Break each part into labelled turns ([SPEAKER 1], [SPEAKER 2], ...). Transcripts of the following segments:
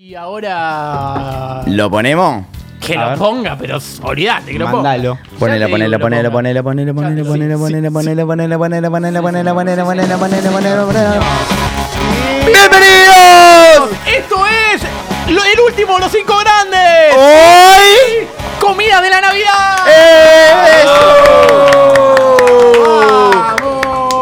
[SPEAKER 1] Y ahora.
[SPEAKER 2] ¿Lo ponemos?
[SPEAKER 1] Que
[SPEAKER 3] A
[SPEAKER 1] lo
[SPEAKER 3] ver.
[SPEAKER 1] ponga, pero olvídate que lo ponga.
[SPEAKER 3] Mándalo.
[SPEAKER 1] Ya te
[SPEAKER 2] Ponelo,
[SPEAKER 1] digo
[SPEAKER 2] ponelo,
[SPEAKER 1] que
[SPEAKER 2] ponelo,
[SPEAKER 1] lo ponga.
[SPEAKER 2] ponelo, ponelo, ponelo,
[SPEAKER 1] sí,
[SPEAKER 2] ponelo,
[SPEAKER 1] sí,
[SPEAKER 2] ponelo,
[SPEAKER 1] sí.
[SPEAKER 2] ponelo, ponelo, ponelo, ponelo, ponelo, ponelo, ponelo, ponelo, ponelo, ponelo. ¡Bienvenidos!
[SPEAKER 1] Esto es lo- el último de los cinco grandes.
[SPEAKER 2] Oh. Hoy
[SPEAKER 1] Comida de la Navidad.
[SPEAKER 2] es...
[SPEAKER 1] Vamos.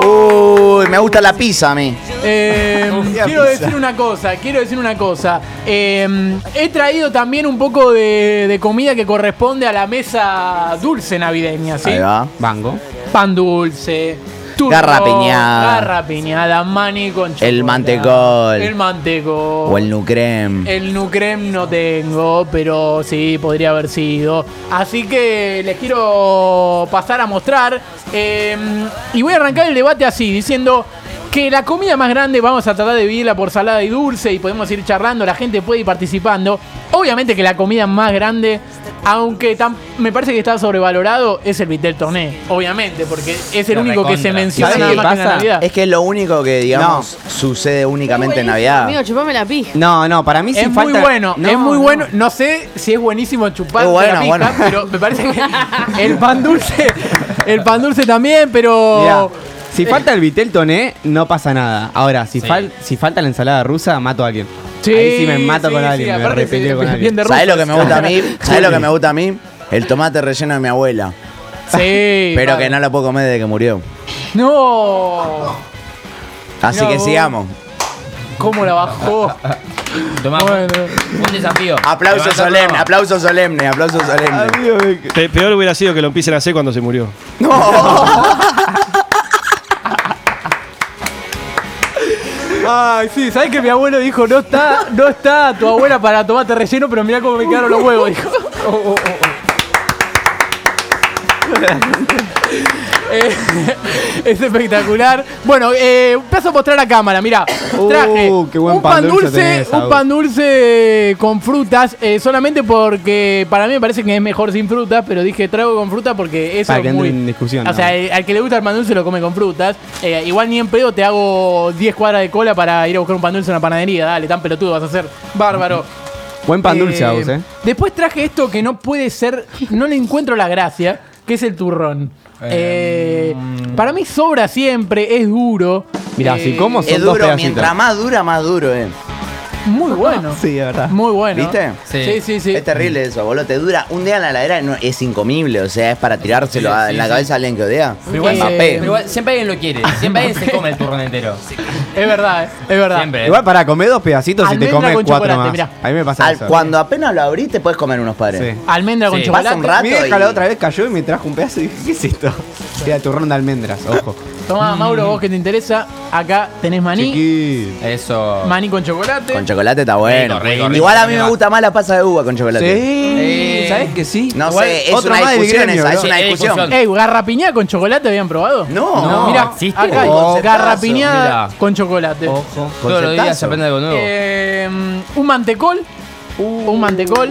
[SPEAKER 2] Uy, me gusta la pizza a mí.
[SPEAKER 1] Eh, quiero decir una cosa, quiero decir una cosa. Eh, he traído también un poco de, de comida que corresponde a la mesa dulce navideña, ¿sí?
[SPEAKER 2] Ahí va.
[SPEAKER 3] Bango.
[SPEAKER 1] Pan dulce, turrón,
[SPEAKER 2] Garra piñada.
[SPEAKER 1] garra piñada, maní con chocolate,
[SPEAKER 2] mantecol.
[SPEAKER 1] El mantecol.
[SPEAKER 2] O el nucrem.
[SPEAKER 1] El Nucrem no tengo, pero sí, podría haber sido. Así que les quiero pasar a mostrar. eh, y voy a arrancar el debate así, diciendo que la comida más grande vamos a tratar de dividirla por salada y dulce y podemos ir charlando, la gente puede ir participando. Obviamente que la comida más grande, aunque tam- me parece que está sobrevalorado, es el Vitel Toné. Obviamente, porque es el
[SPEAKER 3] Lo
[SPEAKER 1] único que se
[SPEAKER 3] recontra.
[SPEAKER 1] menciona
[SPEAKER 2] ¿Sabes
[SPEAKER 1] nada
[SPEAKER 2] qué
[SPEAKER 1] más que en la
[SPEAKER 3] pasa?
[SPEAKER 1] Navidad.
[SPEAKER 2] Es que es lo único que, digamos, sucede únicamente en
[SPEAKER 4] Amigo,
[SPEAKER 1] Ah.
[SPEAKER 2] Navidad.
[SPEAKER 4] chupame la pija.
[SPEAKER 3] No, no, para mí sí
[SPEAKER 1] Es muy
[SPEAKER 3] falta.
[SPEAKER 1] bueno,
[SPEAKER 3] No,
[SPEAKER 1] es muy
[SPEAKER 3] no.
[SPEAKER 1] bueno. No sé si es buenísimo chupar
[SPEAKER 2] Es bueno,
[SPEAKER 1] la pija,
[SPEAKER 2] bueno.
[SPEAKER 1] pero me parece que el pan dulce, el pan dulce también, pero
[SPEAKER 3] Mirá, eh. si falta el vitel toné, no pasa nada. Ahora, si, fal- si falta la ensalada rusa, mato a alguien. Ahí sí me mato con
[SPEAKER 1] sí,
[SPEAKER 3] alguien, me
[SPEAKER 1] aparte
[SPEAKER 3] repeleo
[SPEAKER 1] se-
[SPEAKER 3] con alguien.
[SPEAKER 1] bien de
[SPEAKER 2] ¿Sabes lo
[SPEAKER 1] rusos.
[SPEAKER 2] que me gusta a mí? ¿Sabes lo que me gusta a mí? El tomate relleno de mi abuela.
[SPEAKER 1] Sí.
[SPEAKER 2] Pero que no lo puedo comer desde que murió.
[SPEAKER 1] No.
[SPEAKER 2] Así
[SPEAKER 1] Mirá
[SPEAKER 2] que
[SPEAKER 1] vos.
[SPEAKER 2] sigamos.
[SPEAKER 1] ¿Cómo la bajó?
[SPEAKER 5] Tomá,
[SPEAKER 1] Bueno.
[SPEAKER 5] un desafío.
[SPEAKER 2] Aplauso
[SPEAKER 5] Levantá
[SPEAKER 2] solemne,
[SPEAKER 5] todo.
[SPEAKER 2] aplauso solemne, aplauso solemne.
[SPEAKER 6] Pe- peor hubiera sido que lo empiecen a hacer cuando se murió.
[SPEAKER 1] Ay, sí, ¿sabes que mi abuelo dijo, "No está, no está tu abuela para tomate relleno, pero mirá cómo me quedaron los huevos", dijo.
[SPEAKER 3] Oh,
[SPEAKER 1] Eh, es espectacular. Bueno, eh, paso a mostrar a cámara. Mira,
[SPEAKER 3] Uh,
[SPEAKER 1] traje
[SPEAKER 3] qué buen
[SPEAKER 1] un pan,
[SPEAKER 3] pan dulce
[SPEAKER 1] dulce,
[SPEAKER 3] tenés,
[SPEAKER 1] un
[SPEAKER 3] Agus.
[SPEAKER 1] pan dulce con frutas, eh, solamente porque para mí me parece que es mejor sin frutas, pero dije traigo con frutas porque eso
[SPEAKER 3] Para que
[SPEAKER 1] es
[SPEAKER 3] anden
[SPEAKER 1] muy
[SPEAKER 3] en discusión,
[SPEAKER 1] O sea,
[SPEAKER 3] ¿no?
[SPEAKER 1] eh, al que le gusta el pan dulce lo come con frutas. Eh, igual ni en pedo te hago 10 cuadras de cola para ir a buscar un pan dulce en una panadería. Dale, tan pelotudo vas a ser. Bárbaro.
[SPEAKER 3] Buen pan dulce,
[SPEAKER 1] Eh,
[SPEAKER 3] Agus, eh.
[SPEAKER 1] Después traje esto que no puede ser, no le encuentro la gracia, que es el turrón. Eh, para mí sobra siempre, es duro. Eh,
[SPEAKER 3] Mirá, si como
[SPEAKER 2] Es
[SPEAKER 3] Son dos
[SPEAKER 2] duro,
[SPEAKER 3] pedacitos.
[SPEAKER 2] mientras más dura, más duro, eh.
[SPEAKER 1] Muy bueno.
[SPEAKER 3] Sí, de verdad.
[SPEAKER 1] Muy bueno.
[SPEAKER 2] ¿Viste?
[SPEAKER 1] Sí,
[SPEAKER 2] Este
[SPEAKER 5] Sí.
[SPEAKER 1] sí, sí.
[SPEAKER 2] Es terrible eso, boludo. Te dura un día en la heladera, no, es incomible. O sea, es para tirárselo a- en la cabeza a alguien que odia.
[SPEAKER 5] Pero igual,
[SPEAKER 1] Eh,
[SPEAKER 2] Mbappé.
[SPEAKER 5] pero igual siempre alguien lo quiere. Siempre alguien se come el turrón entero.
[SPEAKER 1] Es verdad, eh, es verdad.
[SPEAKER 5] Siempre.
[SPEAKER 3] Igual para comer dos pedacitos y te
[SPEAKER 1] Almendra
[SPEAKER 3] comes
[SPEAKER 1] con
[SPEAKER 3] cuatro
[SPEAKER 1] chocolate,
[SPEAKER 3] más.
[SPEAKER 1] mirá.
[SPEAKER 3] A mí me pasa
[SPEAKER 2] Al-
[SPEAKER 3] eso.
[SPEAKER 2] cuando apenas lo abrís, te puedes comer unos
[SPEAKER 3] Sí.
[SPEAKER 2] padres.
[SPEAKER 1] Almendra con
[SPEAKER 5] Sí.
[SPEAKER 2] Pasa
[SPEAKER 1] chocolate.
[SPEAKER 2] un rato.
[SPEAKER 3] Mi vieja
[SPEAKER 2] y-
[SPEAKER 3] la otra vez cayó y me trajo un pedazo y dije, ¿qué es esto? Era turrón de almendras, ojo.
[SPEAKER 1] Tomá, Mauro, vos que te interesa. Acá tenés maní.
[SPEAKER 3] Chiqui.
[SPEAKER 5] Eso.
[SPEAKER 1] Maní con chocolate.
[SPEAKER 2] Con chocolate está bueno.
[SPEAKER 5] Rico, rico, rico.
[SPEAKER 2] Igual a mí me gusta más la pasa de uva con chocolate.
[SPEAKER 3] Sí.
[SPEAKER 5] Eh.
[SPEAKER 3] ¿Sabes que sí?
[SPEAKER 2] No
[SPEAKER 3] Igual,
[SPEAKER 2] sé, es
[SPEAKER 3] otro
[SPEAKER 2] una
[SPEAKER 3] más del
[SPEAKER 2] discusión
[SPEAKER 3] gremio,
[SPEAKER 2] esa, es
[SPEAKER 3] bro.
[SPEAKER 2] una
[SPEAKER 5] Sí, es
[SPEAKER 2] discusión.
[SPEAKER 5] discusión.
[SPEAKER 1] Ey, garrapiñada con chocolate habían probado.
[SPEAKER 2] No,
[SPEAKER 5] No,
[SPEAKER 1] Mirá,
[SPEAKER 5] existe.
[SPEAKER 1] acá hay
[SPEAKER 2] Ojo.
[SPEAKER 1] garrapiñada
[SPEAKER 5] Mirá.
[SPEAKER 1] con chocolate.
[SPEAKER 3] Ojo.
[SPEAKER 5] Todos los días
[SPEAKER 2] conceptazo.
[SPEAKER 5] se aprende algo nuevo.
[SPEAKER 1] Eh, un mantecol.
[SPEAKER 2] Uh.
[SPEAKER 1] Un mantecol.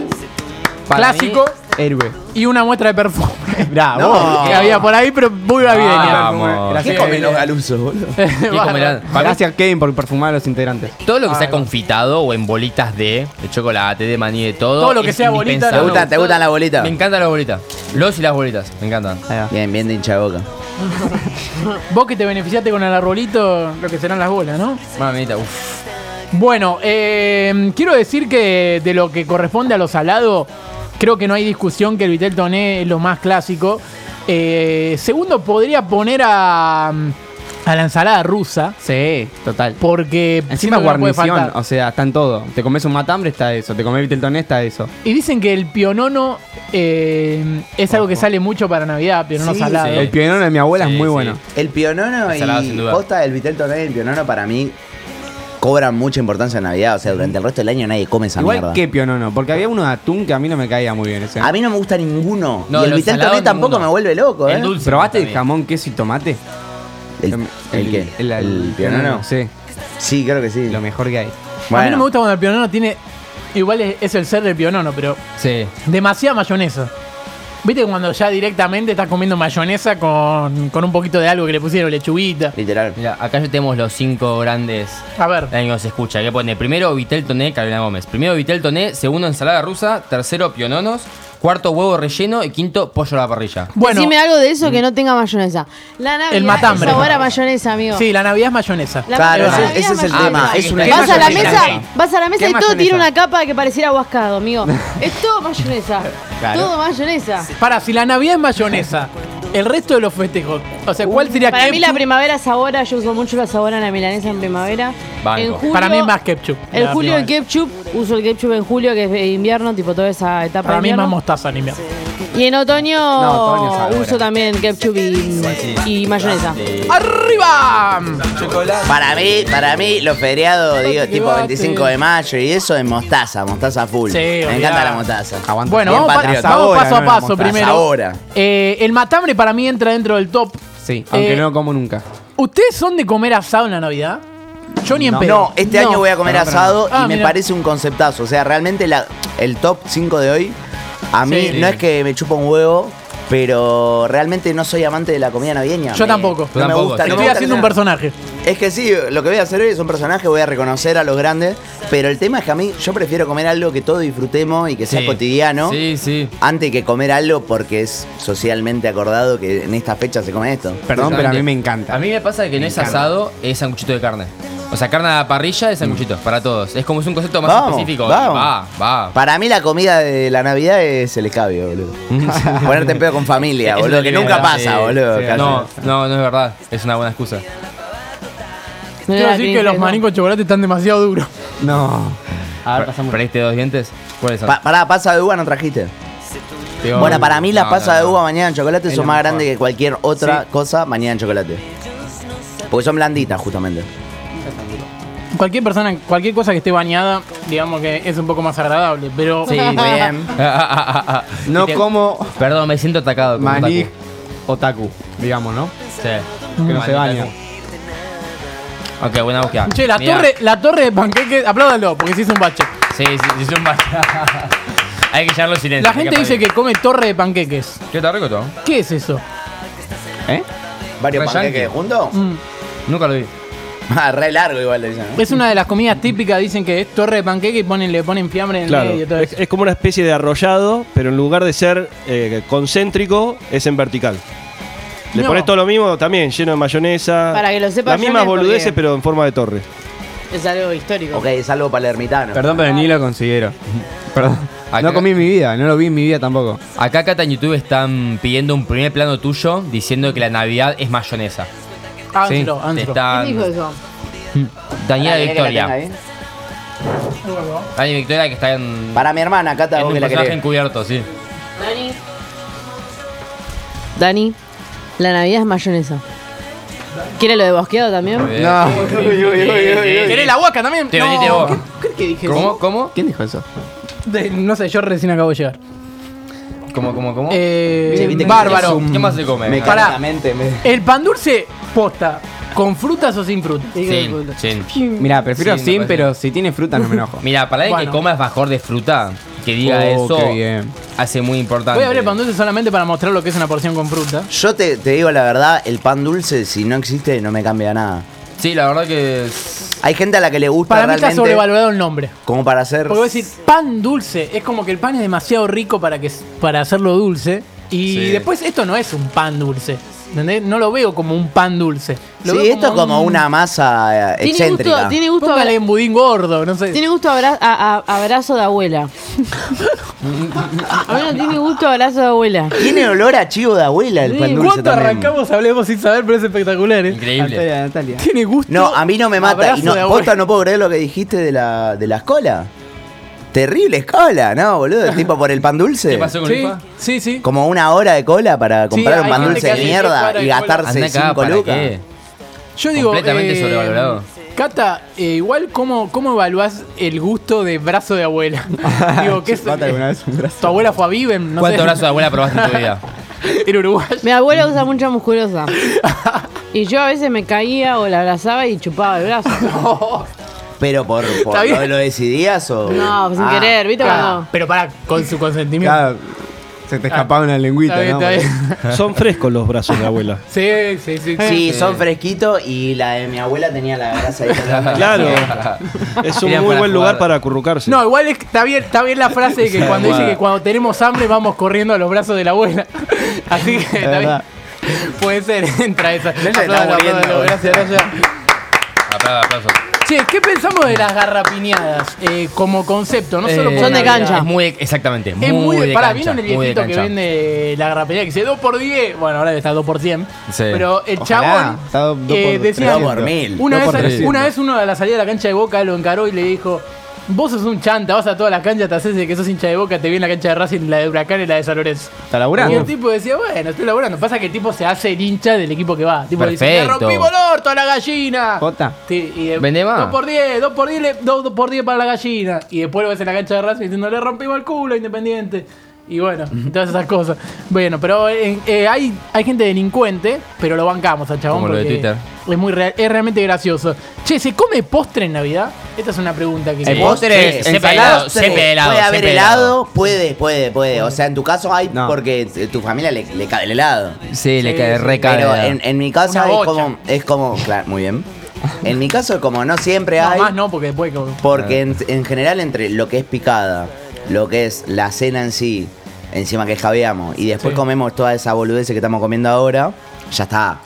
[SPEAKER 5] Para mí-
[SPEAKER 1] clásico.
[SPEAKER 3] Héroe.
[SPEAKER 1] Y una muestra de perfume.
[SPEAKER 3] Bravo.
[SPEAKER 2] No.
[SPEAKER 1] que había por ahí, pero muy
[SPEAKER 5] Ah.
[SPEAKER 1] navideña.
[SPEAKER 5] Vamos.
[SPEAKER 3] Gracias. Eh,
[SPEAKER 2] ¿Qué comen los galusos, boludo?
[SPEAKER 5] ¿Qué comerán? Para mí,
[SPEAKER 3] Gracias Kevin por perfumar a los integrantes.
[SPEAKER 5] todo lo que
[SPEAKER 1] ah,
[SPEAKER 5] sea confitado o en bolitas de, de chocolate, de maní, de todo.
[SPEAKER 1] Todo lo que
[SPEAKER 5] es
[SPEAKER 1] sea bolita,
[SPEAKER 2] ¿Te,
[SPEAKER 5] indispensable.
[SPEAKER 1] no.
[SPEAKER 2] gusta, ¿Te gustan las bolitas?
[SPEAKER 5] Me encantan las bolitas. Los y las bolitas. Me encantan.
[SPEAKER 3] Ahí va.
[SPEAKER 2] Bien, bien de hincha de boca.
[SPEAKER 1] Vos que te beneficiaste con el arbolito, lo que serán las bolas, ¿no?
[SPEAKER 5] Mamita, uff.
[SPEAKER 1] Bueno, eh, quiero decir que de lo que corresponde a lo salado, creo que no hay discusión que el Vitel Toné es lo más clásico. Eh, segundo, podría poner a, a la ensalada rusa,
[SPEAKER 3] Sí, total.
[SPEAKER 1] porque
[SPEAKER 3] Encima
[SPEAKER 1] siento que no puede
[SPEAKER 3] guarnición,
[SPEAKER 1] faltar.
[SPEAKER 3] o sea, están todo. Te comes un matambre, está eso. Te comes Viteltoné, está eso.
[SPEAKER 1] Y dicen que el pionono eh, es algo que sale mucho para Navidad, pionono
[SPEAKER 2] Sí,
[SPEAKER 1] salado.
[SPEAKER 5] sí.
[SPEAKER 3] El pionero de mi abuela
[SPEAKER 5] Sí,
[SPEAKER 3] es muy
[SPEAKER 5] sí.
[SPEAKER 3] bueno.
[SPEAKER 2] El pionono
[SPEAKER 5] Ensalada,
[SPEAKER 2] y
[SPEAKER 5] sin duda.
[SPEAKER 2] posta del vitel toné y el pionono para mí cobran mucha importancia en Navidad. O sea, durante el resto del año nadie come esa
[SPEAKER 3] Igual
[SPEAKER 2] mierda. Ah,
[SPEAKER 3] que pionono, porque había uno de atún que a mí no me caía muy bien ese.
[SPEAKER 2] A mí no me gusta ninguno.
[SPEAKER 5] No,
[SPEAKER 2] y el
[SPEAKER 5] los
[SPEAKER 2] vitel toné
[SPEAKER 5] salados,
[SPEAKER 2] tampoco
[SPEAKER 5] ninguno.
[SPEAKER 2] me vuelve loco, ¿eh?
[SPEAKER 5] El dulce.
[SPEAKER 3] ¿Probaste el
[SPEAKER 5] también.
[SPEAKER 3] jamón, queso y tomate?
[SPEAKER 2] ¿El, el qué?
[SPEAKER 3] El, el pionono. Sí,
[SPEAKER 2] Sí, creo que sí.
[SPEAKER 3] lo mejor que hay.
[SPEAKER 1] A mí no
[SPEAKER 2] Bueno,
[SPEAKER 1] me gusta cuando el pionono tiene... Igual es, es el ser del pionono, pero
[SPEAKER 5] Sí.
[SPEAKER 1] demasiada mayonesa. ¿Viste cuando ya directamente estás comiendo mayonesa con, con un poquito de algo que le pusieron lechuguita?
[SPEAKER 2] Literal.
[SPEAKER 5] Mira, acá ya tenemos los cinco grandes
[SPEAKER 1] A ver.
[SPEAKER 4] Eh.
[SPEAKER 5] Ahí nos escucha. ¿Qué pone? Primero Vitel Toné, Carolina Gómez. Primero Vitel Toné, segundo ensalada rusa, tercero piononos, cuarto huevo relleno y quinto pollo a la parrilla.
[SPEAKER 1] Bueno,
[SPEAKER 4] Decime algo de eso que no tenga mayonesa. La Navidad
[SPEAKER 1] El matambre.
[SPEAKER 4] es sabor a mayonesa, amigo.
[SPEAKER 1] sí, la Navidad es mayonesa.
[SPEAKER 4] La
[SPEAKER 2] Claro,
[SPEAKER 4] Navidad
[SPEAKER 2] ese, ese es el
[SPEAKER 4] mayonesa.
[SPEAKER 2] tema.
[SPEAKER 5] Ah,
[SPEAKER 2] Es una
[SPEAKER 5] ¿qué
[SPEAKER 4] Vas a la
[SPEAKER 5] mayonesa?
[SPEAKER 4] mesa,
[SPEAKER 5] Ey,
[SPEAKER 4] vas a la mesa
[SPEAKER 5] ¿qué
[SPEAKER 4] y todo
[SPEAKER 5] mayonesa?
[SPEAKER 4] tiene una capa que pareciera aguascado, amigo. Es todo mayonesa.
[SPEAKER 3] Claro.
[SPEAKER 4] Todo mayonesa.
[SPEAKER 1] Para, si la Navidad es mayonesa, el resto de los festejos, o sea, ¿cuál sería
[SPEAKER 4] Uh, Para mí la
[SPEAKER 1] ketchup?
[SPEAKER 4] primavera sabora, yo uso mucho la sabora en la milanesa en primavera.
[SPEAKER 5] Banco.
[SPEAKER 4] En julio-
[SPEAKER 1] Para mí es más ketchup.
[SPEAKER 4] En
[SPEAKER 1] la
[SPEAKER 4] julio el
[SPEAKER 1] primavera.
[SPEAKER 4] ketchup, uso el ketchup en julio que es de invierno, tipo toda esa etapa
[SPEAKER 1] Para
[SPEAKER 4] de
[SPEAKER 1] mí es
[SPEAKER 4] invierno.
[SPEAKER 1] más mostaza, ni mierda.
[SPEAKER 4] Y en otoño,
[SPEAKER 3] No, otoño sabora.
[SPEAKER 4] uso también ketchup y, y mayonesa.
[SPEAKER 1] ¡Arriba!
[SPEAKER 2] Para mí, para mí, los feriados, digo, tipo
[SPEAKER 1] Chocolate.
[SPEAKER 2] 25 de mayo y eso es mostaza, mostaza full.
[SPEAKER 1] Sí,
[SPEAKER 2] Me
[SPEAKER 1] olvidá.
[SPEAKER 2] encanta la mostaza.
[SPEAKER 3] Aguanta.
[SPEAKER 1] Bueno,
[SPEAKER 2] Bien
[SPEAKER 1] vamos, pa-
[SPEAKER 2] patriota.
[SPEAKER 1] vamos
[SPEAKER 3] Ahora,
[SPEAKER 1] paso a
[SPEAKER 3] no la
[SPEAKER 1] paso
[SPEAKER 3] mostaza,
[SPEAKER 1] primero.
[SPEAKER 2] ahora.
[SPEAKER 1] Eh, el matambre para mí entra dentro del top.
[SPEAKER 3] Sí, aunque
[SPEAKER 1] Eh,
[SPEAKER 3] no como nunca.
[SPEAKER 1] ¿Ustedes son de comer asado en la Navidad? Yo ni en
[SPEAKER 3] No.
[SPEAKER 1] pedo.
[SPEAKER 2] No, este
[SPEAKER 4] No.
[SPEAKER 2] año voy a comer asado
[SPEAKER 1] Ah,
[SPEAKER 2] y me
[SPEAKER 1] mira.
[SPEAKER 2] parece un conceptazo. O sea, realmente la- el top 5 de hoy, a mí
[SPEAKER 1] Sí.
[SPEAKER 2] no es que me chupa un huevo, pero realmente no soy amante de la comida navideña.
[SPEAKER 1] Yo
[SPEAKER 2] Me-
[SPEAKER 1] tampoco.
[SPEAKER 2] No me
[SPEAKER 5] Tampoco,
[SPEAKER 2] gusta,
[SPEAKER 5] sí.
[SPEAKER 2] no me
[SPEAKER 1] Estoy
[SPEAKER 2] gusta
[SPEAKER 1] haciendo un
[SPEAKER 2] nada.
[SPEAKER 1] personaje.
[SPEAKER 2] Es que sí, lo que voy a hacer hoy es un personaje, voy a reconocer a los grandes, pero el tema es que a mí yo prefiero comer algo que todos disfrutemos y que sea
[SPEAKER 5] Sí.
[SPEAKER 2] cotidiano.
[SPEAKER 5] Sí, sí.
[SPEAKER 2] Antes que comer algo porque es socialmente acordado que en esta fecha se come esto.
[SPEAKER 3] Perdón, pero a mí me
[SPEAKER 5] A
[SPEAKER 3] encanta.
[SPEAKER 5] mí me pasa que no es asado, es sanguchito de carne. O sea, carne a la parrilla es sanguchito, para todos. Es como es un concepto más
[SPEAKER 2] Mm. Vamos,
[SPEAKER 5] específico.
[SPEAKER 2] vamos.
[SPEAKER 5] Va, va.
[SPEAKER 2] Para mí la comida de la Navidad es el escabio, boludo. Ponerte en pedo con familia,
[SPEAKER 5] Es
[SPEAKER 2] boludo,
[SPEAKER 5] una
[SPEAKER 2] que
[SPEAKER 5] idea,
[SPEAKER 2] nunca pasa,
[SPEAKER 5] sí,
[SPEAKER 2] boludo.
[SPEAKER 5] sí.
[SPEAKER 2] casi.
[SPEAKER 5] No, no, no es verdad. Es una buena excusa.
[SPEAKER 4] No
[SPEAKER 1] Quiero
[SPEAKER 4] era
[SPEAKER 1] decir
[SPEAKER 4] cringe,
[SPEAKER 1] que los
[SPEAKER 4] ¿no?
[SPEAKER 1] maní con chocolate están demasiado duros.
[SPEAKER 3] No. A ver, pasamos.
[SPEAKER 5] ¿Perdiste dos dientes? ¿Cuáles son?
[SPEAKER 2] Pa- pará, pasa de uasa no trajiste.
[SPEAKER 5] Peor.
[SPEAKER 2] bueno, para mí la
[SPEAKER 5] No,
[SPEAKER 2] pasa
[SPEAKER 5] no,
[SPEAKER 2] de
[SPEAKER 5] no.
[SPEAKER 2] uva mañana en chocolate
[SPEAKER 5] Es
[SPEAKER 2] son
[SPEAKER 5] lo
[SPEAKER 2] más
[SPEAKER 5] mejor.
[SPEAKER 2] grandes que cualquier otra cosa mañana en chocolate. Porque son blanditas, justamente.
[SPEAKER 1] Cualquier persona, cualquier cosa que esté bañada, digamos que es un poco más agradable, pero
[SPEAKER 5] Sí,
[SPEAKER 2] Muy bien.
[SPEAKER 3] No
[SPEAKER 5] Y te-
[SPEAKER 3] como
[SPEAKER 5] Perdón, me siento atacado. como
[SPEAKER 3] maní
[SPEAKER 5] otaku.
[SPEAKER 3] otaku, digamos, ¿no?
[SPEAKER 5] Sí.
[SPEAKER 3] Que no
[SPEAKER 5] Maní
[SPEAKER 3] se baña.
[SPEAKER 5] otaku. Ok, buena búsqueda.
[SPEAKER 1] Che, la
[SPEAKER 5] Mirá.
[SPEAKER 1] torre, la torre de panqueques, apláudalo, porque se hizo un bache.
[SPEAKER 5] Sí, sí, es un basta. Hay que echarlo en silencio.
[SPEAKER 1] La gente dice que come torre de panqueques.
[SPEAKER 5] ¿Qué está rico todo?
[SPEAKER 1] ¿Qué es eso?
[SPEAKER 3] ¿Eh?
[SPEAKER 2] ¿Varios
[SPEAKER 5] Re
[SPEAKER 2] panqueques
[SPEAKER 5] yankee. Mm.
[SPEAKER 2] juntos?
[SPEAKER 5] Nunca lo vi.
[SPEAKER 2] Ah, Re largo igual le dicen. ¿no?
[SPEAKER 1] Es una de las comidas típicas, dicen que es torre de panqueques y ponen, le ponen fiambre en el
[SPEAKER 6] Claro,
[SPEAKER 1] medio. Todo
[SPEAKER 6] es,
[SPEAKER 1] eso.
[SPEAKER 6] es como una especie de arrollado, pero en lugar de ser eh, concéntrico, es en vertical. Le
[SPEAKER 1] No.
[SPEAKER 6] pones todo lo mismo también, lleno de mayonesa.
[SPEAKER 4] Para que lo sepa
[SPEAKER 6] Las mismas
[SPEAKER 4] Johnny, porque-
[SPEAKER 6] boludeces, pero en forma de torre.
[SPEAKER 4] Es algo histórico.
[SPEAKER 2] Ok, es algo palermitano.
[SPEAKER 3] Perdón, pero ni lo considero. Perdón.
[SPEAKER 5] Acá-
[SPEAKER 3] No comí en mi vida, no lo vi en mi vida tampoco.
[SPEAKER 5] Acá, Cata, en YouTube están pidiendo un primer plano tuyo diciendo que la Navidad es mayonesa.
[SPEAKER 1] Ánselo,
[SPEAKER 5] Te
[SPEAKER 1] ánselo.
[SPEAKER 5] están-
[SPEAKER 4] ¿Quién dijo eso?
[SPEAKER 5] Daniela
[SPEAKER 2] Pará, que la tenga,
[SPEAKER 5] Victoria.
[SPEAKER 2] ¿eh?
[SPEAKER 5] Daniela Victoria que está en.
[SPEAKER 2] Para mi hermana, Cata,
[SPEAKER 5] en
[SPEAKER 2] vos
[SPEAKER 5] un
[SPEAKER 2] que la
[SPEAKER 5] personaje
[SPEAKER 2] querés.
[SPEAKER 5] encubierto, sí.
[SPEAKER 4] Dani. Dani, la Navidad es mayonesa. ¿Quiere lo de bosqueado también?
[SPEAKER 3] No.
[SPEAKER 5] Eh,
[SPEAKER 1] ¿Querés la huaca también?
[SPEAKER 5] Te
[SPEAKER 1] No,
[SPEAKER 5] venite vos.
[SPEAKER 1] ¿qué- ¿Crees que dije
[SPEAKER 5] ¿Cómo? ¿Cómo?
[SPEAKER 3] ¿Quién dijo eso?
[SPEAKER 1] eso? No sé, yo recién acabo de llegar.
[SPEAKER 5] ¿Cómo, cómo, cómo?
[SPEAKER 1] Eh,
[SPEAKER 2] Sí, viste que
[SPEAKER 1] bárbaro.
[SPEAKER 5] ¿Qué más se come?
[SPEAKER 2] Me
[SPEAKER 1] Pará.
[SPEAKER 2] cae la mente. me-
[SPEAKER 1] El pan dulce, posta. ¿Con frutas o sin frutas?
[SPEAKER 5] Sin, sin.
[SPEAKER 3] Mira, prefiero
[SPEAKER 5] Sí, me
[SPEAKER 3] sin,
[SPEAKER 5] parece.
[SPEAKER 3] pero si tiene fruta no me enojo.
[SPEAKER 5] Mira, para alguien
[SPEAKER 1] Bueno.
[SPEAKER 5] que comas bajor de fruta, que diga
[SPEAKER 3] Oh,
[SPEAKER 5] eso,
[SPEAKER 3] qué bien.
[SPEAKER 5] hace muy importante.
[SPEAKER 1] Voy a abrir el pan dulce solamente para mostrar lo que es una porción con fruta.
[SPEAKER 2] Yo te, te digo la verdad, el pan dulce, si no existe, no me cambia nada.
[SPEAKER 5] Sí, la verdad que es-
[SPEAKER 2] Hay gente a la que le gusta
[SPEAKER 1] Para mí está
[SPEAKER 2] realmente.
[SPEAKER 1] sobrevalorado el nombre.
[SPEAKER 2] como para hacer.
[SPEAKER 1] Porque voy a decir pan dulce, es como que el pan es demasiado rico para, que, para hacerlo dulce. Y
[SPEAKER 5] Sí.
[SPEAKER 1] después esto no es un pan dulce. ¿entendés? No lo veo como un pan dulce. Lo
[SPEAKER 2] sí,
[SPEAKER 1] veo
[SPEAKER 2] esto es como
[SPEAKER 1] un-
[SPEAKER 2] una masa eh,
[SPEAKER 4] Tiene gusto,
[SPEAKER 2] excéntrica.
[SPEAKER 4] tiene gusto, a,
[SPEAKER 1] Póngale un budín gordo, no sé.
[SPEAKER 4] tiene gusto a, bra- a- a- a abrazo de abuela. a mí no tiene gusto a abrazo de abuela.
[SPEAKER 2] Tiene olor a chivo de abuela el pan dulce.
[SPEAKER 1] ¿Cuánto
[SPEAKER 2] también.
[SPEAKER 1] arrancamos? Hablemos sin saber, pero es espectacular, ¿eh?
[SPEAKER 5] increíble.
[SPEAKER 3] Natalia.
[SPEAKER 1] Tiene gusto.
[SPEAKER 2] No, a mí no me mata.
[SPEAKER 1] Abrazo
[SPEAKER 2] Y no,
[SPEAKER 1] de abuela.
[SPEAKER 2] posta, no puedo creer lo que dijiste de la, de la escola. Terrible escola, ¿no, boludo? Tipo por el pan dulce.
[SPEAKER 5] ¿Qué pasó con
[SPEAKER 1] Sí,
[SPEAKER 5] Lupa?
[SPEAKER 1] sí, sí.
[SPEAKER 2] Como una hora de cola para comprar un
[SPEAKER 1] hay
[SPEAKER 2] pan
[SPEAKER 1] gente
[SPEAKER 2] dulce
[SPEAKER 1] que
[SPEAKER 2] de
[SPEAKER 1] hace que
[SPEAKER 2] mierda
[SPEAKER 1] para
[SPEAKER 2] y
[SPEAKER 1] de cola.
[SPEAKER 2] gastarse
[SPEAKER 5] Anda acá,
[SPEAKER 2] 5
[SPEAKER 5] ¿para
[SPEAKER 2] lucas.
[SPEAKER 5] qué?
[SPEAKER 1] Yo digo.
[SPEAKER 5] Completamente sobrevalorado.
[SPEAKER 1] Cata, eh, igual, ¿cómo, ¿cómo evaluás el gusto de brazo de abuela? digo, ¿qué es?
[SPEAKER 3] Chupate alguna vez un brazo.
[SPEAKER 1] ¿Tu abuela fue a Viven? No
[SPEAKER 5] ¿Cuántos
[SPEAKER 1] sé.
[SPEAKER 5] brazos de abuela probaste en tu vida?
[SPEAKER 1] Era uruguaya.
[SPEAKER 4] Mi abuela usa mucha musculosa. Y yo a veces me caía o la abrazaba y chupaba el brazo.
[SPEAKER 2] Pero por, por
[SPEAKER 1] Está bien. pues
[SPEAKER 2] ¿lo, lo decidías o.
[SPEAKER 4] No, sin
[SPEAKER 2] Ah,
[SPEAKER 4] querer, ¿viste?
[SPEAKER 1] Ah,
[SPEAKER 4] cuando-
[SPEAKER 1] Pero para, con su consentimiento.
[SPEAKER 3] Claro, Se te escapaba una lengüita,
[SPEAKER 1] Está bien,
[SPEAKER 3] ¿no?
[SPEAKER 1] está bien.
[SPEAKER 6] Son frescos los brazos de abuela.
[SPEAKER 1] Sí, sí, sí. sí.
[SPEAKER 2] Sí, son fresquitos y la de mi abuela tenía la grasa ahí.
[SPEAKER 6] Claro. Es un
[SPEAKER 5] Tenían
[SPEAKER 6] muy buen
[SPEAKER 5] para jugar.
[SPEAKER 6] lugar para acurrucarse.
[SPEAKER 1] No, igual es- está, bien, está bien la frase de que cuando dice que cuando tenemos hambre vamos corriendo a los brazos de la abuela. Así que está bien.
[SPEAKER 3] verdad.
[SPEAKER 1] Puede ser, entra esa.
[SPEAKER 2] está
[SPEAKER 1] Aplaudan,
[SPEAKER 2] muriendo.
[SPEAKER 1] aplaudan, gracias, gracias.
[SPEAKER 5] Aplausos, aplausos.
[SPEAKER 1] Che, ¿qué pensamos de las garrapiñadas eh, como concepto? No solo
[SPEAKER 5] Eh,
[SPEAKER 1] por
[SPEAKER 4] Son de
[SPEAKER 1] Navidad.
[SPEAKER 4] cancha.
[SPEAKER 5] Es muy, exactamente. Muy,
[SPEAKER 1] Es muy de,
[SPEAKER 5] de
[SPEAKER 1] pará,
[SPEAKER 5] cancha,
[SPEAKER 1] ¿vieron el
[SPEAKER 5] muy de
[SPEAKER 1] viejito que
[SPEAKER 5] cancha.
[SPEAKER 1] vende la garrapiñada que dice 2 por 10? Bueno, ahora está 2 por 100.
[SPEAKER 5] Sí.
[SPEAKER 1] Pero el
[SPEAKER 3] Ojalá, está do-
[SPEAKER 1] chabón
[SPEAKER 3] do
[SPEAKER 1] eh,
[SPEAKER 3] por
[SPEAKER 1] decía...
[SPEAKER 3] 300.
[SPEAKER 2] Dos por mil.
[SPEAKER 1] Una,
[SPEAKER 3] Dos por
[SPEAKER 1] vez,
[SPEAKER 3] 300.
[SPEAKER 1] una vez uno a la salida de la cancha de Boca lo encaró y le dijo... Vos sos un chanta, vas a todas las canchas, te haces de que sos hincha de Boca, te vi en la cancha de Racing, la de Huracán y la de San Lorenzo. Y
[SPEAKER 3] Está
[SPEAKER 1] el
[SPEAKER 3] laburando.
[SPEAKER 1] tipo decía, bueno, estoy laburando. Pasa que el tipo se hace el hincha del equipo que va. Tipo dice, le
[SPEAKER 5] Perfecto.
[SPEAKER 1] rompimos el orto a la gallina.
[SPEAKER 3] Jota.
[SPEAKER 1] Sí, y de-
[SPEAKER 5] Vende más.
[SPEAKER 1] Dos por diez, dos por diez, le- dos, dos por diez para la gallina. Y después lo ves en la cancha de Racing diciendo, le rompimos el culo a Independiente. Y bueno, todas esas cosas. Bueno, pero eh, eh, hay, hay gente delincuente, pero lo bancamos al chabón.
[SPEAKER 5] Como lo de
[SPEAKER 1] porque
[SPEAKER 5] Twitter.
[SPEAKER 1] Es, muy real- es realmente gracioso. Che, ¿se come postre en Navidad? Esta es una pregunta que...
[SPEAKER 5] Sí.
[SPEAKER 1] ¿Vos?
[SPEAKER 5] Postres, siempre helado, siempre helado,
[SPEAKER 2] Puede haber
[SPEAKER 5] siempre
[SPEAKER 2] helado, puede, puede, puede. O sea, en tu caso hay
[SPEAKER 3] No.
[SPEAKER 2] porque eh, tu familia le, le cae el helado.
[SPEAKER 5] Sí, le
[SPEAKER 1] Sí,
[SPEAKER 5] cae
[SPEAKER 1] sí.
[SPEAKER 5] re cae.
[SPEAKER 2] Pero en, en mi casa
[SPEAKER 1] Una
[SPEAKER 2] es
[SPEAKER 1] bocha.
[SPEAKER 2] como, es como, claro, muy bien. En mi caso como no siempre
[SPEAKER 1] No,
[SPEAKER 2] hay,
[SPEAKER 1] más no, porque después... como-
[SPEAKER 2] porque en, en general entre lo que es picada, lo que es la cena en sí, encima que jabeamos y después
[SPEAKER 1] Sí.
[SPEAKER 2] comemos toda esa boludez que estamos comiendo ahora, ya está.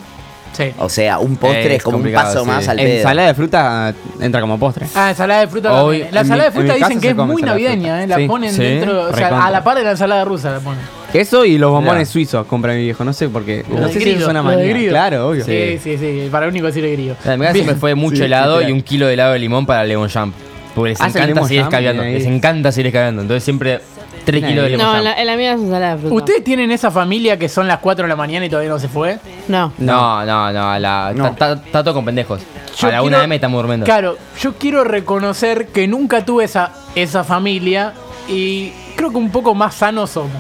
[SPEAKER 1] Sí.
[SPEAKER 2] O sea, un postre
[SPEAKER 5] Es
[SPEAKER 2] Eh, es, como un
[SPEAKER 5] complicado,
[SPEAKER 2] paso
[SPEAKER 5] sí.
[SPEAKER 2] más al pedo.
[SPEAKER 3] Ensalada de fruta entra como postre.
[SPEAKER 1] Ah, ensalada de fruta.
[SPEAKER 5] Hoy,
[SPEAKER 1] también. la
[SPEAKER 5] en
[SPEAKER 1] ensalada
[SPEAKER 5] mi-
[SPEAKER 1] de fruta
[SPEAKER 3] en mi casa
[SPEAKER 1] dicen que
[SPEAKER 3] se
[SPEAKER 1] es
[SPEAKER 3] come
[SPEAKER 1] muy
[SPEAKER 3] ensalada de
[SPEAKER 1] navideña,
[SPEAKER 3] fruta.
[SPEAKER 1] ¿eh? La
[SPEAKER 3] Sí,
[SPEAKER 1] ponen
[SPEAKER 5] sí,
[SPEAKER 1] dentro, o sea,
[SPEAKER 5] recontra.
[SPEAKER 1] a la par de la ensalada rusa la ponen.
[SPEAKER 3] Eso y los bombones
[SPEAKER 5] Ya.
[SPEAKER 3] suizos compra mi viejo. No sé por qué.
[SPEAKER 1] Lo
[SPEAKER 3] No
[SPEAKER 1] de
[SPEAKER 3] sé si
[SPEAKER 1] grillo,
[SPEAKER 3] eso es una
[SPEAKER 1] lo de
[SPEAKER 3] manía.
[SPEAKER 1] grillo.
[SPEAKER 3] Claro, obvio.
[SPEAKER 1] Sí, sí, sí, para único decir el grillo.
[SPEAKER 5] La verdad siempre fue mucho
[SPEAKER 3] Sí,
[SPEAKER 5] helado y
[SPEAKER 3] literal.
[SPEAKER 5] un kilo de helado de limón para Lemon Jump. Porque les
[SPEAKER 3] Hacen
[SPEAKER 5] encanta
[SPEAKER 3] lemon
[SPEAKER 5] seguir
[SPEAKER 3] jam,
[SPEAKER 5] escabeando.
[SPEAKER 1] eh.
[SPEAKER 3] bien ahí.
[SPEAKER 5] Les encanta seguir escabeando. Entonces siempre 3
[SPEAKER 3] Bien
[SPEAKER 5] kilos de
[SPEAKER 3] ahí.
[SPEAKER 5] Lemon
[SPEAKER 4] No,
[SPEAKER 5] Jump.
[SPEAKER 4] en la, en la mía es ensalada de fruta.
[SPEAKER 1] ¿Ustedes tienen esa familia que son las 4 de la mañana y todavía no se fue?
[SPEAKER 4] No.
[SPEAKER 5] No, no, no, a la,
[SPEAKER 2] No.
[SPEAKER 5] ta- ta- Tato con pendejos.
[SPEAKER 1] Yo
[SPEAKER 5] a la
[SPEAKER 1] quiero-
[SPEAKER 5] 1 M estamos durmiendo.
[SPEAKER 1] Claro, yo quiero reconocer que nunca tuve esa, esa familia y creo que un poco más sanos somos.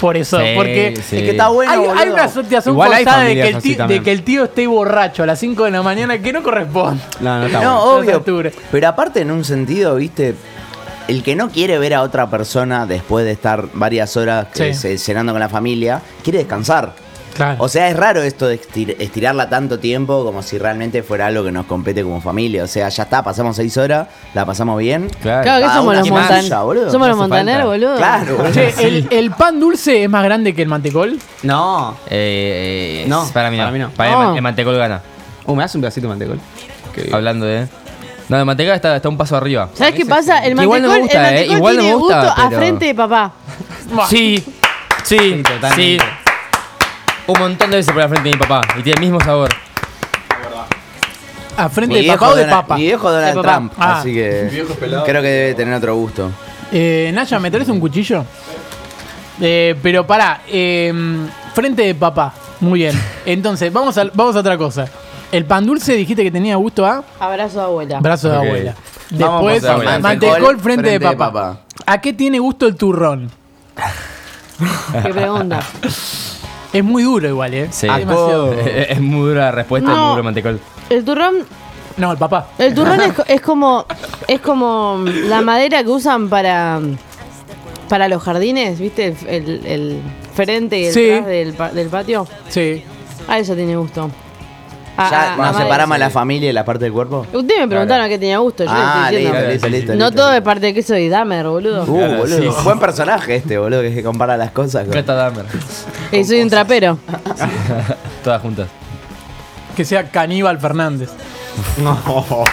[SPEAKER 1] Por eso,
[SPEAKER 5] Sí,
[SPEAKER 1] porque
[SPEAKER 5] sí.
[SPEAKER 2] Es que está bueno,
[SPEAKER 1] hay, hay
[SPEAKER 2] boludo.
[SPEAKER 1] una asociación
[SPEAKER 3] Igual hay
[SPEAKER 1] forzada de que,
[SPEAKER 3] familias
[SPEAKER 1] el
[SPEAKER 3] así
[SPEAKER 1] tío, de
[SPEAKER 3] también.
[SPEAKER 1] que el tío esté borracho a las 5 de la mañana que no corresponde.
[SPEAKER 3] No, no está
[SPEAKER 2] No,
[SPEAKER 3] bueno.
[SPEAKER 1] bueno. Ya
[SPEAKER 2] obvio.
[SPEAKER 1] saturé.
[SPEAKER 2] Pero aparte, en un sentido, viste, el que no quiere ver a otra persona después de estar varias horas
[SPEAKER 1] Sí.
[SPEAKER 2] eh,
[SPEAKER 1] Ah.
[SPEAKER 2] ce- cenando con la familia, quiere descansar.
[SPEAKER 1] Claro.
[SPEAKER 2] O sea, es raro esto de estir- estirarla tanto tiempo como si realmente fuera algo que nos compete como familia. O sea, ya está, pasamos seis horas, la pasamos bien.
[SPEAKER 4] Claro que
[SPEAKER 2] Cada
[SPEAKER 4] somos
[SPEAKER 2] una
[SPEAKER 4] los
[SPEAKER 2] que manda,
[SPEAKER 4] montaneros.
[SPEAKER 2] boludo.
[SPEAKER 4] Somos
[SPEAKER 2] No
[SPEAKER 4] los
[SPEAKER 5] hace
[SPEAKER 4] montaneros,
[SPEAKER 5] falta.
[SPEAKER 4] boludo.
[SPEAKER 2] Claro, boludo.
[SPEAKER 1] Che, el, el pan dulce es más grande que el mantecol.
[SPEAKER 3] No.
[SPEAKER 5] Eh, eh,
[SPEAKER 3] No,
[SPEAKER 5] para mí no.
[SPEAKER 3] para mí no.
[SPEAKER 5] Para mí el
[SPEAKER 4] No.
[SPEAKER 5] man- el mantecol gana.
[SPEAKER 3] Uh, me das un pedacito de mantecol. Qué bien.
[SPEAKER 5] Hablando de. No, el mantecol está, está un paso arriba.
[SPEAKER 4] ¿Sabes qué pasa? El
[SPEAKER 5] Que
[SPEAKER 4] mantecol,
[SPEAKER 5] igual no me gusta,
[SPEAKER 4] el
[SPEAKER 5] eh,
[SPEAKER 4] mantecol
[SPEAKER 5] igual no
[SPEAKER 4] tiene
[SPEAKER 5] me gusta,
[SPEAKER 4] gusto a
[SPEAKER 5] pero-
[SPEAKER 4] frente de papá.
[SPEAKER 5] Sí, sí, sí.
[SPEAKER 3] totalmente.
[SPEAKER 5] Un montón de veces por la frente de mi papá. Y tiene el mismo sabor.
[SPEAKER 1] A frente
[SPEAKER 2] Mi
[SPEAKER 1] de papá o
[SPEAKER 2] viejo,
[SPEAKER 1] de
[SPEAKER 2] Donald-
[SPEAKER 1] papa.
[SPEAKER 2] mi viejo Donald
[SPEAKER 1] De papá.
[SPEAKER 2] Trump,
[SPEAKER 1] Ah.
[SPEAKER 2] así que creo que debe tener otro gusto.
[SPEAKER 1] Eh, Naya, ¿me traes un cuchillo? Eh, pero pará, eh, frente de papá. Muy bien. Entonces, vamos a, vamos a otra cosa. El pan dulce dijiste que tenía gusto a
[SPEAKER 4] Abrazo de abuela.
[SPEAKER 1] brazo de
[SPEAKER 5] Ok.
[SPEAKER 1] abuela.
[SPEAKER 3] Vamos
[SPEAKER 1] Después,
[SPEAKER 3] a pasar,
[SPEAKER 2] abuela.
[SPEAKER 1] mantecol frente, de, papá.
[SPEAKER 2] papá.
[SPEAKER 1] ¿A qué tiene gusto el turrón?
[SPEAKER 4] Qué pregunta.
[SPEAKER 1] Es muy duro igual, ¿eh?
[SPEAKER 5] Sí.
[SPEAKER 1] Es demasiado.
[SPEAKER 5] es muy dura la respuesta, es
[SPEAKER 4] No.
[SPEAKER 5] muy duro el mantecol.
[SPEAKER 4] El turrón,
[SPEAKER 1] No, el papá.
[SPEAKER 4] el turrón es, co- es como es como la madera que usan para para los jardines, ¿viste? El, el- el frente y el
[SPEAKER 1] Sí.
[SPEAKER 4] tras del, pa- del patio.
[SPEAKER 1] Sí.
[SPEAKER 4] A eso tiene gusto. A- a-
[SPEAKER 1] Ah,
[SPEAKER 2] Ya
[SPEAKER 4] a
[SPEAKER 2] nos
[SPEAKER 4] madera.
[SPEAKER 2] separamos la familia y la parte del cuerpo.
[SPEAKER 4] Ustedes me preguntaron a qué tenía gusto, yo les estoy
[SPEAKER 2] Ah,
[SPEAKER 4] diciendo.
[SPEAKER 2] listo, listo, listo.
[SPEAKER 4] no
[SPEAKER 2] listo,
[SPEAKER 4] todo de
[SPEAKER 2] listo.
[SPEAKER 4] parte de queso y Dahmer, boludo.
[SPEAKER 2] Uh,
[SPEAKER 5] Claro,
[SPEAKER 2] boludo.
[SPEAKER 5] sí, sí.
[SPEAKER 2] Buen personaje este, boludo, que compara las cosas. con-
[SPEAKER 5] Plata Dahmer.
[SPEAKER 4] y Eh, soy un trapero.
[SPEAKER 5] Todas juntas.
[SPEAKER 1] Que sea caníbal Fernández.
[SPEAKER 5] Merece.
[SPEAKER 2] Lo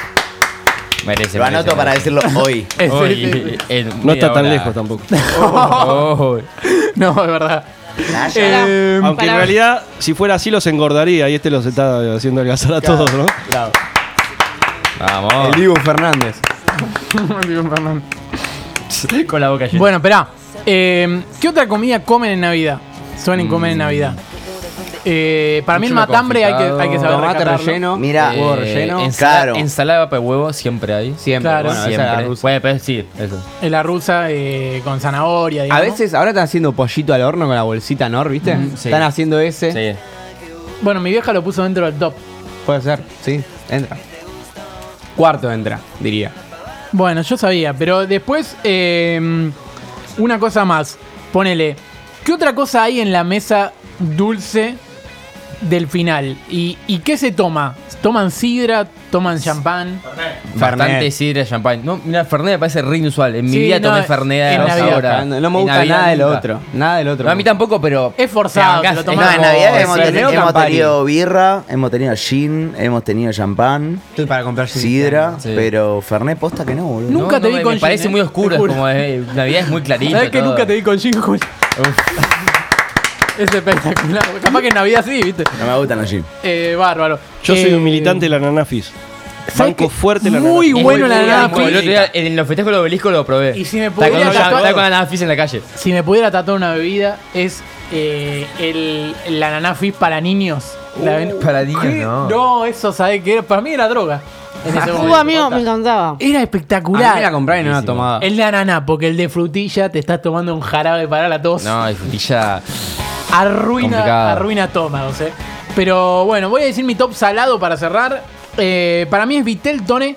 [SPEAKER 5] merece,
[SPEAKER 2] anoto para
[SPEAKER 5] merece.
[SPEAKER 2] decirlo hoy.
[SPEAKER 1] Es-
[SPEAKER 5] Hoy, en
[SPEAKER 6] No
[SPEAKER 5] media
[SPEAKER 6] está tan
[SPEAKER 5] hora.
[SPEAKER 6] lejos tampoco.
[SPEAKER 5] Oh,
[SPEAKER 1] No, es verdad.
[SPEAKER 4] Ah,
[SPEAKER 2] Naya.
[SPEAKER 1] Eh,
[SPEAKER 6] Aunque en
[SPEAKER 4] Para-
[SPEAKER 6] realidad, si fuera así, los engordaría y este los está haciendo algazar a todos, ¿no?
[SPEAKER 5] Vamos.
[SPEAKER 3] El Ibu Fernández.
[SPEAKER 5] Con la boca llena.
[SPEAKER 1] Bueno, esperá. Eh, ¿Qué otra comida comen en Navidad? Suelen comer
[SPEAKER 3] Mm.
[SPEAKER 1] en Navidad. Eh, para mí el
[SPEAKER 5] Mucho
[SPEAKER 1] matambre hay que, hay que saber
[SPEAKER 3] Tomate
[SPEAKER 1] rescatarlo.
[SPEAKER 3] relleno.
[SPEAKER 2] Mira,
[SPEAKER 3] huevo
[SPEAKER 5] Eh,
[SPEAKER 3] relleno.
[SPEAKER 5] ensala-
[SPEAKER 2] Claro.
[SPEAKER 5] Ensalada de papa de huevo siempre hay.
[SPEAKER 3] Siempre.
[SPEAKER 1] Claro.
[SPEAKER 3] Bueno, esa es
[SPEAKER 5] siempre.
[SPEAKER 3] la rusa.
[SPEAKER 5] Puede, pero sí, eso.
[SPEAKER 1] Eh, La rusa eh, con zanahoria,
[SPEAKER 3] A
[SPEAKER 1] digamos.
[SPEAKER 3] veces, ahora están haciendo pollito al horno con la bolsita Nor, ¿viste?
[SPEAKER 5] sí.
[SPEAKER 3] Están haciendo ese.
[SPEAKER 5] Sí.
[SPEAKER 1] Bueno, mi vieja lo puso dentro del top.
[SPEAKER 3] Puede ser, sí. Entra. Cuarto entra, diría.
[SPEAKER 1] Bueno, yo sabía, pero después eh, una cosa más. Ponele ¿Qué otra cosa hay en la mesa dulce del final? ¿Y, y qué se toma? ¿Toman sidra? ¿Toman champán?
[SPEAKER 5] Bastante sidra champagne. No, mira, Fernet me parece re inusual. En mi
[SPEAKER 1] Sí,
[SPEAKER 5] vida
[SPEAKER 1] no,
[SPEAKER 5] tomé Fernet
[SPEAKER 1] en
[SPEAKER 5] a esa
[SPEAKER 1] Navidad.
[SPEAKER 5] hora.
[SPEAKER 3] No, no me
[SPEAKER 5] En
[SPEAKER 3] gusta
[SPEAKER 5] Navidad
[SPEAKER 3] nada del
[SPEAKER 5] nunca.
[SPEAKER 3] otro. Nada del otro.
[SPEAKER 5] No, a mí tampoco, pero.
[SPEAKER 1] Es forzado,
[SPEAKER 5] te
[SPEAKER 1] te lo tomás
[SPEAKER 5] bancás, es
[SPEAKER 2] No, en
[SPEAKER 5] como-
[SPEAKER 2] Navidad
[SPEAKER 5] es
[SPEAKER 2] hemos,
[SPEAKER 5] el
[SPEAKER 2] teni-
[SPEAKER 3] Leo
[SPEAKER 2] hemos
[SPEAKER 3] Campari.
[SPEAKER 2] tenido birra, hemos tenido gin, hemos tenido champán,
[SPEAKER 3] Estoy para comprar
[SPEAKER 2] sidra,
[SPEAKER 5] Sí.
[SPEAKER 2] pero Fernet posta que no, boludo.
[SPEAKER 1] No, Nunca te vi
[SPEAKER 5] me-
[SPEAKER 1] con
[SPEAKER 5] Me
[SPEAKER 1] gin,
[SPEAKER 5] parece
[SPEAKER 1] eh,
[SPEAKER 5] muy
[SPEAKER 1] te
[SPEAKER 5] oscuro. es
[SPEAKER 1] juro.
[SPEAKER 5] como eh, Navidad es muy clarito.
[SPEAKER 1] ¿Sabes que
[SPEAKER 5] todo.
[SPEAKER 1] nunca te vi con Jingo? Es espectacular. Capaz que en Navidad sí, ¿viste?
[SPEAKER 2] No me gustan los gin.
[SPEAKER 1] Eh, bárbaro.
[SPEAKER 6] Yo soy
[SPEAKER 1] Eh,
[SPEAKER 6] un militante de la nanafis.
[SPEAKER 1] ¿sabes
[SPEAKER 6] Banco
[SPEAKER 1] qué?
[SPEAKER 6] fuerte la
[SPEAKER 1] Muy
[SPEAKER 6] nanafis.
[SPEAKER 5] Es
[SPEAKER 1] bueno
[SPEAKER 5] muy-
[SPEAKER 1] la
[SPEAKER 5] muy
[SPEAKER 1] nana
[SPEAKER 5] rico. El otro día, En los festejos del obelisco lo probé.
[SPEAKER 1] Y si me
[SPEAKER 5] Está con
[SPEAKER 1] pudiera
[SPEAKER 5] una-
[SPEAKER 1] tatuar-
[SPEAKER 5] está con la nafis en la calle.
[SPEAKER 3] Ah,
[SPEAKER 1] Si me pudiera tatuar una bebida, es eh, el, la ananá fizz para niños. La ven-
[SPEAKER 5] para niños,
[SPEAKER 1] ¿Qué?
[SPEAKER 5] no.
[SPEAKER 1] No, eso, ¿sabes qué? Para mí era droga. En ese
[SPEAKER 4] Uh,
[SPEAKER 1] momento.
[SPEAKER 4] amigo, me encantaba.
[SPEAKER 1] Era
[SPEAKER 3] A mí me
[SPEAKER 1] espectacular.
[SPEAKER 3] la compraba y no la tomaba.
[SPEAKER 1] el de ananá, porque el de frutilla te estás tomando un jarabe para la tos.
[SPEAKER 5] No, es frutilla.
[SPEAKER 1] Arruina,
[SPEAKER 5] Complicado.
[SPEAKER 1] arruina estómagos, eh. Pero bueno, voy a decir mi top salado para cerrar. Eh, para mí es Vitel Tone,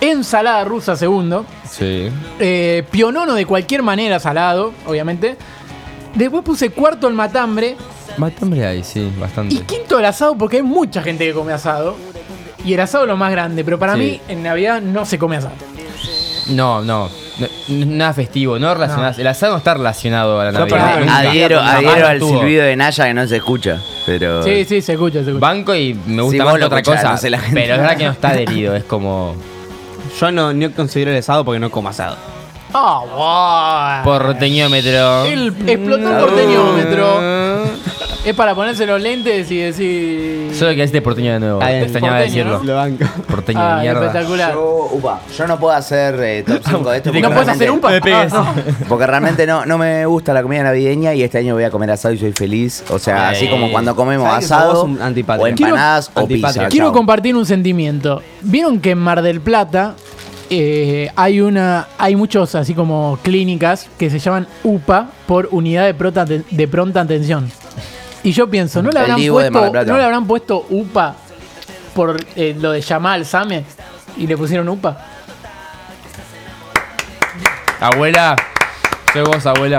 [SPEAKER 1] ensalada rusa segundo.
[SPEAKER 5] Sí.
[SPEAKER 1] Eh, pionono de cualquier manera salado, obviamente. Después puse cuarto el matambre.
[SPEAKER 5] Bastante ahí, sí, bastante.
[SPEAKER 1] Y quinto el asado, porque hay mucha gente que come asado. Y el asado es lo más grande, pero para
[SPEAKER 5] Sí.
[SPEAKER 1] mí en Navidad no se come asado.
[SPEAKER 5] No, no. no, n- Nada festivo, no relacionado. El asado no está relacionado a la
[SPEAKER 1] Yo
[SPEAKER 5] Navidad.
[SPEAKER 4] Ah,
[SPEAKER 1] perdí.
[SPEAKER 5] nunca.
[SPEAKER 2] Adhiero,
[SPEAKER 5] Jamás
[SPEAKER 2] adhiero al
[SPEAKER 5] estuvo.
[SPEAKER 2] silbido de Naya que no se escucha, pero...
[SPEAKER 1] Sí, sí, se escucha, se escucha.
[SPEAKER 5] Banco y me
[SPEAKER 2] Sí,
[SPEAKER 5] gusta
[SPEAKER 2] vos
[SPEAKER 5] más
[SPEAKER 2] lo
[SPEAKER 5] que otra
[SPEAKER 2] escuchás,
[SPEAKER 5] cosa.
[SPEAKER 2] no sé la gente.
[SPEAKER 5] pero es verdad que no está adherido, es como.
[SPEAKER 3] Yo no, no considero el asado porque no como asado.
[SPEAKER 1] Ah, guau.
[SPEAKER 5] Porteñómetro.
[SPEAKER 1] El explotó el porteñómetro. Es para ponerse los lentes y decir.
[SPEAKER 5] Solo que es de porteño de nuevo.
[SPEAKER 3] Ah,
[SPEAKER 5] Te
[SPEAKER 3] bien.
[SPEAKER 5] extrañaba
[SPEAKER 1] Porteño,
[SPEAKER 5] decirlo.
[SPEAKER 3] Lo banco.
[SPEAKER 5] Porteño
[SPEAKER 1] Ah,
[SPEAKER 5] de mierda.
[SPEAKER 1] espectacular.
[SPEAKER 2] Yo, upa, yo no puedo hacer eh, top 5 de esto porque
[SPEAKER 1] ¿No puedes hacer
[SPEAKER 2] realmente-
[SPEAKER 1] un pa?
[SPEAKER 3] me pegues.
[SPEAKER 1] Ah, no.
[SPEAKER 2] Porque realmente no, no me gusta la comida navideña y este año voy a comer asado y soy feliz. O sea,
[SPEAKER 5] Ay.
[SPEAKER 2] así como cuando comemos
[SPEAKER 3] ¿Sabes que sos
[SPEAKER 2] asado
[SPEAKER 3] vos un antipatria?
[SPEAKER 2] o empanadas
[SPEAKER 3] Quiero-
[SPEAKER 2] o pizza.
[SPEAKER 3] antipatria.
[SPEAKER 1] Quiero
[SPEAKER 2] chao.
[SPEAKER 1] compartir un sentimiento. Vieron que en Mar del Plata eh, hay una, hay muchos así como clínicas que se llaman UPA por unidad de pronta, de pronta atención. Y yo pienso, ¿no le
[SPEAKER 2] El
[SPEAKER 1] habrán
[SPEAKER 2] Divo de Mar
[SPEAKER 1] puesto,
[SPEAKER 2] del Plata.
[SPEAKER 1] ¿no le habrán puesto UPA por eh, lo de llamar al SAME? Y le pusieron UPA.
[SPEAKER 5] Abuela. Soy vos, abuela.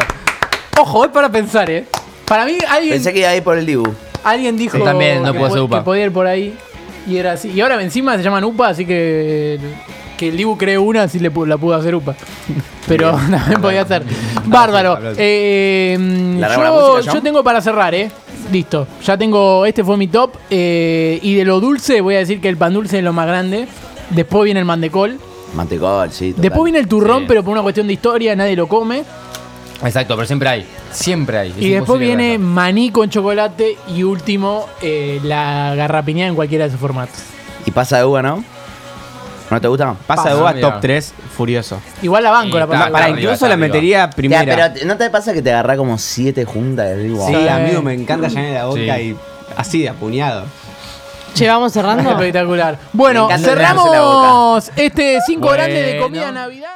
[SPEAKER 1] Ojo, es para pensar, ¿eh? Para mí alguien,
[SPEAKER 2] Pensé que iba a ir por el Dibu.
[SPEAKER 1] alguien dijo
[SPEAKER 5] Yo también no
[SPEAKER 1] que,
[SPEAKER 5] puedo
[SPEAKER 1] po-
[SPEAKER 5] ser UPA.
[SPEAKER 1] que podía ir por ahí. Y era así. Y ahora encima se llaman UPA, así que. Que el Dibu cree una, así le, pu- la pudo hacer UPA. Pero también podía hacer. Bárbaro.
[SPEAKER 3] Habló.
[SPEAKER 1] Eh, mm,
[SPEAKER 2] Largamos la
[SPEAKER 1] yo,
[SPEAKER 2] música, ¿yo?
[SPEAKER 1] yo tengo para cerrar, ¿eh? Listo. Ya tengo. Este fue mi top. eh, y de lo dulce, voy a decir que el pan dulce es lo más grande. Después viene el mandecol.
[SPEAKER 2] Mantecol, sí. total.
[SPEAKER 1] Después viene el turrón,
[SPEAKER 5] Sí.
[SPEAKER 1] pero por una cuestión de historia, nadie lo come.
[SPEAKER 5] Exacto, pero siempre hay. Siempre hay. Es
[SPEAKER 1] Y después
[SPEAKER 5] imposible
[SPEAKER 1] viene
[SPEAKER 5] errarlo.
[SPEAKER 1] maní con chocolate y último, eh, la garrapiñada en cualquiera de sus formatos.
[SPEAKER 2] Y pasa de uva, ¿no? ¿No te gusta?
[SPEAKER 3] Pasa de
[SPEAKER 5] Pasa,
[SPEAKER 3] uva
[SPEAKER 5] mira.
[SPEAKER 3] top 3, furioso.
[SPEAKER 1] Igual la banco, la
[SPEAKER 5] Y está-
[SPEAKER 1] pasa de
[SPEAKER 5] está
[SPEAKER 3] para
[SPEAKER 1] uva.
[SPEAKER 5] arriba,
[SPEAKER 3] incluso
[SPEAKER 5] está
[SPEAKER 3] la
[SPEAKER 5] arriba.
[SPEAKER 3] metería primera.
[SPEAKER 2] Ya, pero ¿no te pasa que te agarrá como siete juntas del Dibu?
[SPEAKER 3] Sí,
[SPEAKER 1] Sí.
[SPEAKER 3] amigo, me encanta llenar la boca
[SPEAKER 5] Sí.
[SPEAKER 3] y así de apuñado.
[SPEAKER 4] Che, vamos cerrando.
[SPEAKER 1] Espectacular. Bueno,
[SPEAKER 2] encanta
[SPEAKER 1] cerramos este 5
[SPEAKER 5] Bueno.
[SPEAKER 1] grande de comida de Navidad.